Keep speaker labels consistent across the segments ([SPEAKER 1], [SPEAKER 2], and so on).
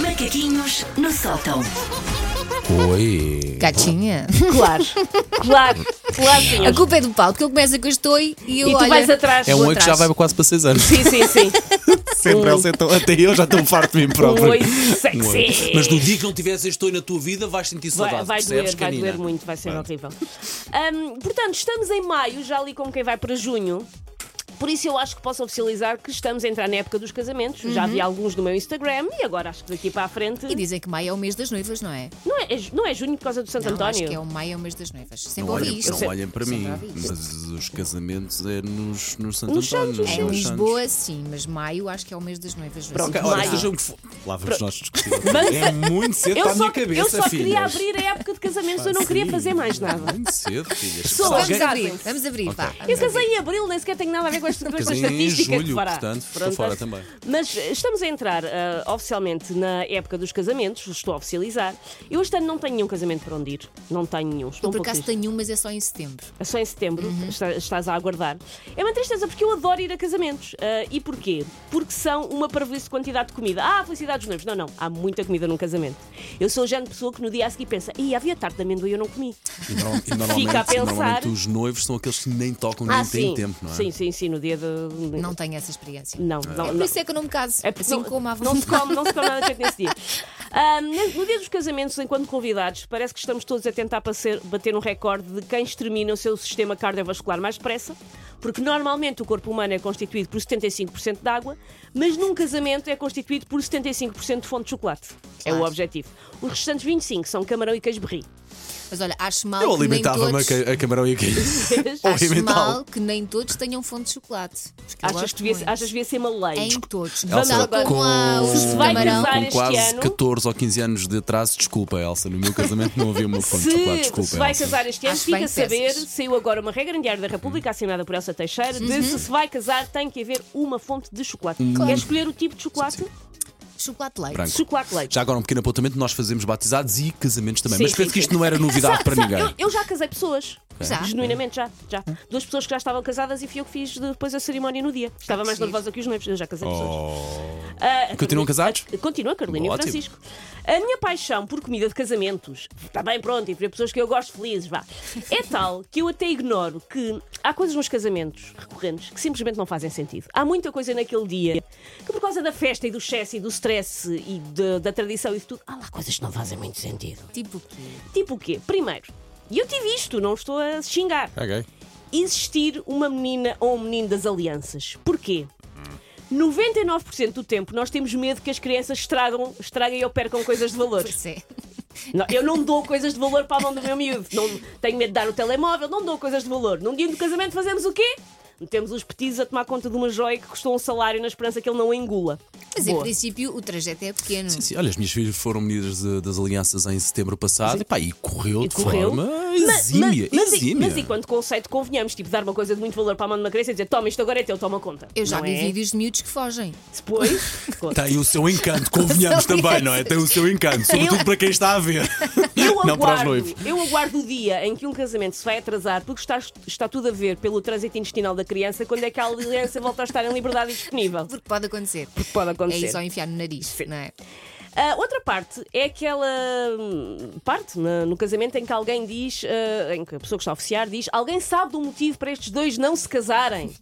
[SPEAKER 1] Macaquinhos no sótão.
[SPEAKER 2] Oi.
[SPEAKER 3] Gatinha.
[SPEAKER 4] Claro, claro, claro sim.
[SPEAKER 3] A culpa é do Paulo, porque ele começa com este oi e eu
[SPEAKER 4] E tu
[SPEAKER 3] olha,
[SPEAKER 4] vais atrás.
[SPEAKER 2] É um
[SPEAKER 3] Vou
[SPEAKER 2] oi que já
[SPEAKER 3] atrás.
[SPEAKER 2] vai quase para 6 anos.
[SPEAKER 4] Sim, sim, sim.
[SPEAKER 2] Sempre eles então, até eu já estou farto de mim próprio.
[SPEAKER 4] Um oi
[SPEAKER 2] Tá Um oi.
[SPEAKER 4] sexy.
[SPEAKER 2] Mas no dia que não tiveres este oi na tua vida, vais sentir saudade.
[SPEAKER 4] Vai, vai
[SPEAKER 2] percebes,
[SPEAKER 4] doer, vai
[SPEAKER 2] canina?
[SPEAKER 4] doer muito, vai ser
[SPEAKER 2] Vai.
[SPEAKER 4] horrível. Hum, portanto, estamos em maio, já ali com quem vai para junho. Por isso eu acho que posso oficializar que estamos a entrar na época dos casamentos. Já vi alguns no meu Instagram e agora acho que daqui para a frente.
[SPEAKER 3] Uhum. E dizem que maio é o mês das noivas, não é?
[SPEAKER 4] Não, é, é ju- não é junho por causa do Santo
[SPEAKER 3] Não, acho
[SPEAKER 4] António?
[SPEAKER 3] que é o maio é o mês das noivas. Sempre
[SPEAKER 2] Não olhem,
[SPEAKER 3] ouvi isto.
[SPEAKER 2] não olhem para
[SPEAKER 3] Sempre
[SPEAKER 2] mim,
[SPEAKER 3] ouvi isto.
[SPEAKER 2] mas os casamentos é nos, nos Santo
[SPEAKER 4] Nos
[SPEAKER 2] António. nos
[SPEAKER 4] Santos,
[SPEAKER 3] Em
[SPEAKER 2] Santos.
[SPEAKER 3] Lisboa, sim, mas maio acho que é o mês das noivas.
[SPEAKER 4] Pronto,
[SPEAKER 2] Ok,
[SPEAKER 3] Assim,
[SPEAKER 2] olha,
[SPEAKER 4] Maio.
[SPEAKER 2] seja o que for. Lá vamos nós discutir.
[SPEAKER 4] Vamos-
[SPEAKER 2] É muito cedo
[SPEAKER 4] Eu
[SPEAKER 2] para a
[SPEAKER 4] só,
[SPEAKER 2] minha
[SPEAKER 4] eu
[SPEAKER 2] cabeça,
[SPEAKER 4] só queria
[SPEAKER 2] filhas.
[SPEAKER 4] abrir a época de casamentos, eu
[SPEAKER 2] Pá,
[SPEAKER 4] não queria
[SPEAKER 2] sim. É
[SPEAKER 4] fazer mais nada.
[SPEAKER 2] Muito cedo, filhas.
[SPEAKER 4] Pessoas,
[SPEAKER 2] Sabe,
[SPEAKER 3] Vamos
[SPEAKER 4] alguém-
[SPEAKER 3] abrir, vamos abrir, vá.
[SPEAKER 2] Ok.
[SPEAKER 4] Eu casei em abril, nem sequer tenho nada a ver com, este, com a
[SPEAKER 2] Casei em
[SPEAKER 4] estatística que
[SPEAKER 2] julho,
[SPEAKER 4] fará.
[SPEAKER 2] portanto, estou fora também.
[SPEAKER 4] Mas eh, estamos a entrar eh, oficialmente na época dos casamentos, estou a oficializar. Eu este ano não tenho nenhum casamento para onde ir. Não tenho nenhum.
[SPEAKER 3] Eu
[SPEAKER 4] Estou um
[SPEAKER 3] por
[SPEAKER 4] pouco
[SPEAKER 3] acaso Uhum.
[SPEAKER 4] triste.
[SPEAKER 3] tenho um, mas é só em setembro.
[SPEAKER 4] É Só em setembro está- estás a aguardar. É uma tristeza porque eu adoro ir a casamentos. Ah, e porquê? Porque são uma parvoíce de quantidade de comida. Ah, felicidade dos noivos. Não, não. Há muita comida num casamento. Eu sou o género de pessoa que no dia a seguir pensa, e havia tarte de amendoim eu não comi.
[SPEAKER 2] E, normal- e normalmente,
[SPEAKER 4] Fica a pensar.
[SPEAKER 2] normalmente os noivos são aqueles que nem tocam, nem
[SPEAKER 4] ah,
[SPEAKER 2] têm
[SPEAKER 4] sim.
[SPEAKER 2] tempo, não é? Ah.
[SPEAKER 4] Sim, sim, sim. No dia de.
[SPEAKER 3] Não tenho essa experiência.
[SPEAKER 4] Não, não,
[SPEAKER 3] É por
[SPEAKER 4] não.
[SPEAKER 3] isso é que eu não me caso.
[SPEAKER 4] É porque
[SPEAKER 3] assim
[SPEAKER 4] não,
[SPEAKER 3] como há
[SPEAKER 4] não se come, não se come nada de jeito nesse dia. Ah, ne- no dia dos casamentos, enquanto convidados, parece que estamos todos a tentar pacer- bater um recorde de quem extermina o seu sistema cardiovascular mais depressa, porque normalmente o corpo humano é constituído por 75% de água, mas num casamento é constituído por 75% de fonte de chocolate. É o
[SPEAKER 3] Claro.
[SPEAKER 4] objetivo. Os restantes 25 são camarão e casberri.
[SPEAKER 3] Mas olha, acho mal
[SPEAKER 2] Eu
[SPEAKER 3] que nem
[SPEAKER 2] alimentava-me a,
[SPEAKER 3] todos...
[SPEAKER 2] ca- a camarão e a queijo.
[SPEAKER 3] Acho
[SPEAKER 2] alimental.
[SPEAKER 3] mal que nem todos tenham fonte de chocolate. Eu
[SPEAKER 4] Achas
[SPEAKER 3] gosto
[SPEAKER 4] que devia,
[SPEAKER 3] muito.
[SPEAKER 4] achas que devia ser uma lei?
[SPEAKER 3] Em todos.
[SPEAKER 2] Elsa,
[SPEAKER 3] Tal como há
[SPEAKER 2] com-
[SPEAKER 3] os
[SPEAKER 4] Se
[SPEAKER 3] de
[SPEAKER 4] vai
[SPEAKER 3] camarão.
[SPEAKER 4] casar
[SPEAKER 2] com
[SPEAKER 4] este
[SPEAKER 2] quase
[SPEAKER 4] ano-
[SPEAKER 2] 14 ou 15 anos de atraso, desculpa, Elsa. No meu casamento não havia uma fonte de chocolate,
[SPEAKER 4] Se,
[SPEAKER 2] desculpa.
[SPEAKER 4] se vai
[SPEAKER 2] Elsa.
[SPEAKER 4] casar este ano,
[SPEAKER 3] Acho
[SPEAKER 4] fica
[SPEAKER 3] bem
[SPEAKER 4] a saber.
[SPEAKER 3] peças.
[SPEAKER 4] Saiu agora uma regra em Diário da República, assinada por Elsa Teixeira, de
[SPEAKER 3] Uhum.
[SPEAKER 4] se se vai casar, tem que haver uma fonte de chocolate.
[SPEAKER 2] Hum.
[SPEAKER 4] Quer escolher o tipo de chocolate?
[SPEAKER 3] Chocolate leite.
[SPEAKER 2] Branco.
[SPEAKER 4] Chocolate leite.
[SPEAKER 2] Já agora um pequeno apontamento, nós fazemos batizados e casamentos também.
[SPEAKER 4] Sim,
[SPEAKER 2] mas penso
[SPEAKER 4] sim,
[SPEAKER 2] que isto
[SPEAKER 4] sim.
[SPEAKER 2] não era novidade para
[SPEAKER 4] Sabe,
[SPEAKER 2] ninguém.
[SPEAKER 4] Ah,
[SPEAKER 2] Hum.
[SPEAKER 4] Eu, eu já casei pessoas.
[SPEAKER 3] Já?
[SPEAKER 4] Genuinamente já, já. Duas pessoas que já estavam casadas e fui eu que fiz depois a cerimónia no dia. Estava mais
[SPEAKER 3] Sim.
[SPEAKER 4] nervosa que os noivos. Eu já casei pessoas.
[SPEAKER 2] Ah, Oh.
[SPEAKER 4] Ah,
[SPEAKER 2] Continuam casados?
[SPEAKER 4] Continua, Carolina e
[SPEAKER 2] Ótimo.
[SPEAKER 4] Francisco. A minha paixão por comida de casamentos, está bem pronto, e por pessoas que eu gosto felizes, vá, é tal que eu até ignoro que há coisas nos casamentos recorrentes que simplesmente não fazem sentido. Há muita coisa naquele dia que, por causa da festa e do excesso e do stress e de- da tradição e de tudo, há lá coisas que não fazem muito sentido.
[SPEAKER 3] Tipo o quê?
[SPEAKER 4] Tipo o quê? Primeiro, e eu tive isto, não estou a xingar
[SPEAKER 2] Ok.
[SPEAKER 4] existir uma menina ou um menino das alianças. Porquê? 99% do tempo nós temos medo que as crianças estragam, estraguem ou percam coisas de valor.
[SPEAKER 3] Pois é.
[SPEAKER 4] Não, eu não dou coisas de valor para a mão do meu miúdo. Não, tenho medo de dar o telemóvel, não dou coisas de valor. Num dia do casamento fazemos o quê? Metemos os petis a tomar conta de uma joia que custou um salário na esperança que ele não a engula.
[SPEAKER 3] Mas em
[SPEAKER 4] Boa.
[SPEAKER 3] princípio o trajeto é pequeno.
[SPEAKER 2] Sim, sim. Olha, as minhas filhas foram medidas de- das alianças em setembro passado e, pá, e correu
[SPEAKER 4] E
[SPEAKER 2] de
[SPEAKER 4] correu.
[SPEAKER 2] forma
[SPEAKER 4] Mas-
[SPEAKER 2] exímia.
[SPEAKER 4] mas, mas, e-
[SPEAKER 2] exímia.
[SPEAKER 4] mas e quando conceito convenhamos, tipo dar uma coisa de muito valor para a mão de uma criança e dizer toma, isto agora é teu, toma conta.
[SPEAKER 3] Eu já
[SPEAKER 4] Não
[SPEAKER 3] vi
[SPEAKER 4] é?
[SPEAKER 3] vídeos de miúdos que fogem.
[SPEAKER 4] Depois,
[SPEAKER 2] Tem o seu encanto, convenhamos
[SPEAKER 3] São
[SPEAKER 2] também, não é?
[SPEAKER 3] esses.
[SPEAKER 2] Tem o seu encanto, sobretudo para quem está a ver. não
[SPEAKER 4] Eu
[SPEAKER 2] para os
[SPEAKER 4] aguardo,
[SPEAKER 2] noivos.
[SPEAKER 4] eu aguardo o dia em que um casamento se vai atrasar porque está, está tudo a ver pelo trânsito intestinal da criança quando é que a aliança volta a estar em liberdade e disponível.
[SPEAKER 3] Porque pode acontecer.
[SPEAKER 4] Pode
[SPEAKER 3] É
[SPEAKER 4] acontecer.
[SPEAKER 3] isso ao enfiar no nariz, não é?
[SPEAKER 4] Ah, outra parte é aquela hum, parte na- no casamento em que alguém diz, ah, em que a pessoa que está a oficiar diz, alguém sabe do motivo para estes dois não se casarem.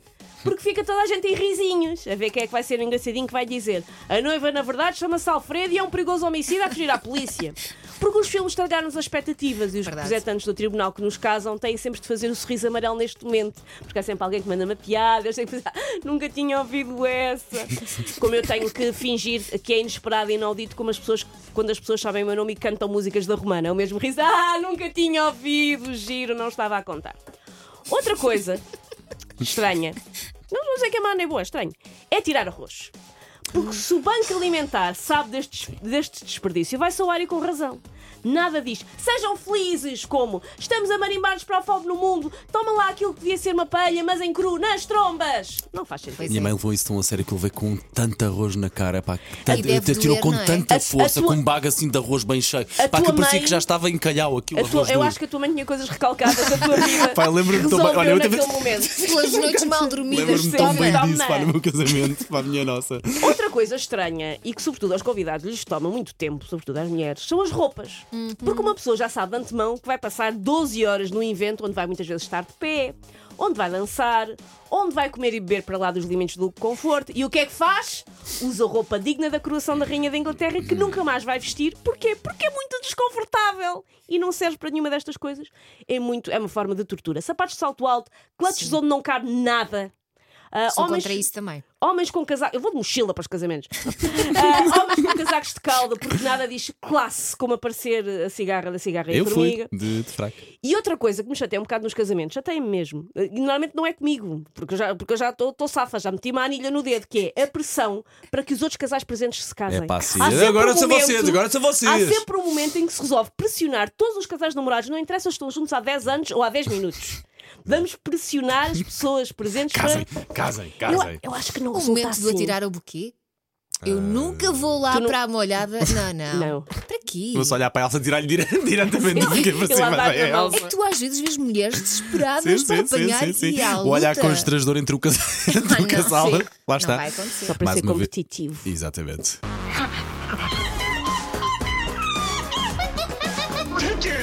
[SPEAKER 4] Porque fica toda a gente em risinhos, a ver quem é que vai ser o engraçadinho que vai dizer a noiva, na verdade, chama-se Alfredo e é um perigoso homicida a fugir à polícia. Porque os filmes estragaram-nos as expectativas e os
[SPEAKER 3] Verdade.
[SPEAKER 4] representantes do tribunal que nos casam têm sempre de fazer o sorriso amarelo neste momento. Porque há sempre alguém que manda uma piada, eu sempre nunca tinha ouvido essa. Como eu tenho que fingir que é inesperado e inaudito como as pessoas, quando as pessoas sabem o meu nome e cantam músicas da Romana. Eu mesmo riso, ah, nunca tinha ouvido, giro, não estava a contar. Outra coisa estranha, não vou dizer que é má nem boa, estranho, é tirar arroz. Porque se o Banco Alimentar sabe deste, des- deste desperdício, vai soar e com razão. Nada diz. Sejam felizes, como estamos a marimbar-nos para o fome no mundo, toma lá aquilo que devia ser uma palha, mas em cru, nas trombas. Não faz sentido.
[SPEAKER 3] Pois
[SPEAKER 2] Minha
[SPEAKER 3] é.
[SPEAKER 2] mãe levou isso tão a sério que ele veio com tanto arroz na cara, pá. que Tanto,
[SPEAKER 3] deve
[SPEAKER 2] até tirou
[SPEAKER 3] doer,
[SPEAKER 2] com
[SPEAKER 3] não é?
[SPEAKER 2] tanta
[SPEAKER 4] A- a
[SPEAKER 2] força,
[SPEAKER 4] tua-
[SPEAKER 2] com um bago assim de arroz bem cheio.
[SPEAKER 4] A
[SPEAKER 2] Pá, que
[SPEAKER 4] tua
[SPEAKER 2] parecia
[SPEAKER 4] mãe-
[SPEAKER 2] que já estava em calhau aqui o
[SPEAKER 4] A tua-
[SPEAKER 2] arroz.
[SPEAKER 4] eu
[SPEAKER 2] duro.
[SPEAKER 4] acho que a tua mãe tinha coisas recalcadas da tua vida.
[SPEAKER 2] Pá, eu lembro-me tão bem. Olha, eu
[SPEAKER 4] Resolveu
[SPEAKER 2] também-
[SPEAKER 4] naquele momento.
[SPEAKER 3] Pelas noites mal dormidas,
[SPEAKER 2] Lembro-me tão
[SPEAKER 3] toma.
[SPEAKER 2] bem
[SPEAKER 4] Toma.
[SPEAKER 2] disso, pá, no meu casamento, pá, minha nossa.
[SPEAKER 4] Outra coisa estranha e que, sobretudo, aos convidados lhes toma muito tempo, sobretudo às mulheres, são as roupas.
[SPEAKER 3] Uhum.
[SPEAKER 4] Porque uma pessoa já sabe de antemão que vai passar 12 horas num evento onde vai muitas vezes estar de pé, onde vai dançar, onde vai comer e beber para lá dos limites do conforto. E o que é que faz? Usa roupa digna da coroação da Rainha da Inglaterra que nunca mais vai vestir. Porquê? Porque é muito desconfortável e não serve para nenhuma destas coisas. É, muito, é uma forma de tortura. Sapatos de salto alto, clutches onde não cabe nada. Ah,
[SPEAKER 3] Sou
[SPEAKER 4] homens-
[SPEAKER 3] contra isso também.
[SPEAKER 4] Homens com casaco. Eu vou de mochila para os casamentos. Ah, homens com casacos de calda, porque nada diz classe como aparecer a cigarra da cigarra e a
[SPEAKER 2] Eu fui
[SPEAKER 4] formiga.
[SPEAKER 2] de, de fraco.
[SPEAKER 4] E outra coisa que me chateia um bocado nos casamentos, chateia me mesmo. E normalmente não é comigo, porque eu já porque eu já estou estou safa, já meti uma anilha no dedo, que é a pressão para que os outros casais presentes se casem.
[SPEAKER 2] É pá, sim.
[SPEAKER 4] Há sempre um
[SPEAKER 2] Agora são
[SPEAKER 4] momento-
[SPEAKER 2] vocês, agora são vocês.
[SPEAKER 4] Há sempre um momento em que se resolve pressionar todos os casais namorados, não interessa se estão juntos há 10 anos ou há 10 minutos. Vamos pressionar as pessoas presentes
[SPEAKER 2] Casem,
[SPEAKER 4] para.
[SPEAKER 2] casem,
[SPEAKER 4] Eu,
[SPEAKER 2] casem.
[SPEAKER 4] eu acho que não
[SPEAKER 3] O
[SPEAKER 4] resulta
[SPEAKER 3] Um momento
[SPEAKER 4] assim.
[SPEAKER 3] de atirar o buquê.
[SPEAKER 2] Ah.
[SPEAKER 3] Eu nunca vou lá
[SPEAKER 4] Tu não-
[SPEAKER 3] para a molhada. Não, não.
[SPEAKER 4] Não.
[SPEAKER 3] Para quê?
[SPEAKER 2] Vou só olhar para a Elsa e tirar-lhe dire- diretamente do que é para
[SPEAKER 4] ele
[SPEAKER 2] cima.
[SPEAKER 4] andar
[SPEAKER 2] vai,
[SPEAKER 4] na
[SPEAKER 2] é
[SPEAKER 4] mão.
[SPEAKER 2] Elsa.
[SPEAKER 3] É que tu às vezes vês mulheres desesperadas
[SPEAKER 2] Sim,
[SPEAKER 3] para
[SPEAKER 2] sim, sim,
[SPEAKER 3] apanhar
[SPEAKER 2] sim, sim.
[SPEAKER 3] e à
[SPEAKER 2] O olhar
[SPEAKER 3] luta.
[SPEAKER 2] constrangedor entre o casal.
[SPEAKER 3] Ah,
[SPEAKER 2] Entre
[SPEAKER 3] não,
[SPEAKER 2] o casal.
[SPEAKER 3] sim.
[SPEAKER 2] Lá
[SPEAKER 3] Não
[SPEAKER 2] está.
[SPEAKER 3] vai acontecer.
[SPEAKER 4] Só para
[SPEAKER 2] Mais
[SPEAKER 4] ser
[SPEAKER 2] uma vez.
[SPEAKER 4] competitivo.
[SPEAKER 2] Exatamente.
[SPEAKER 1] Take your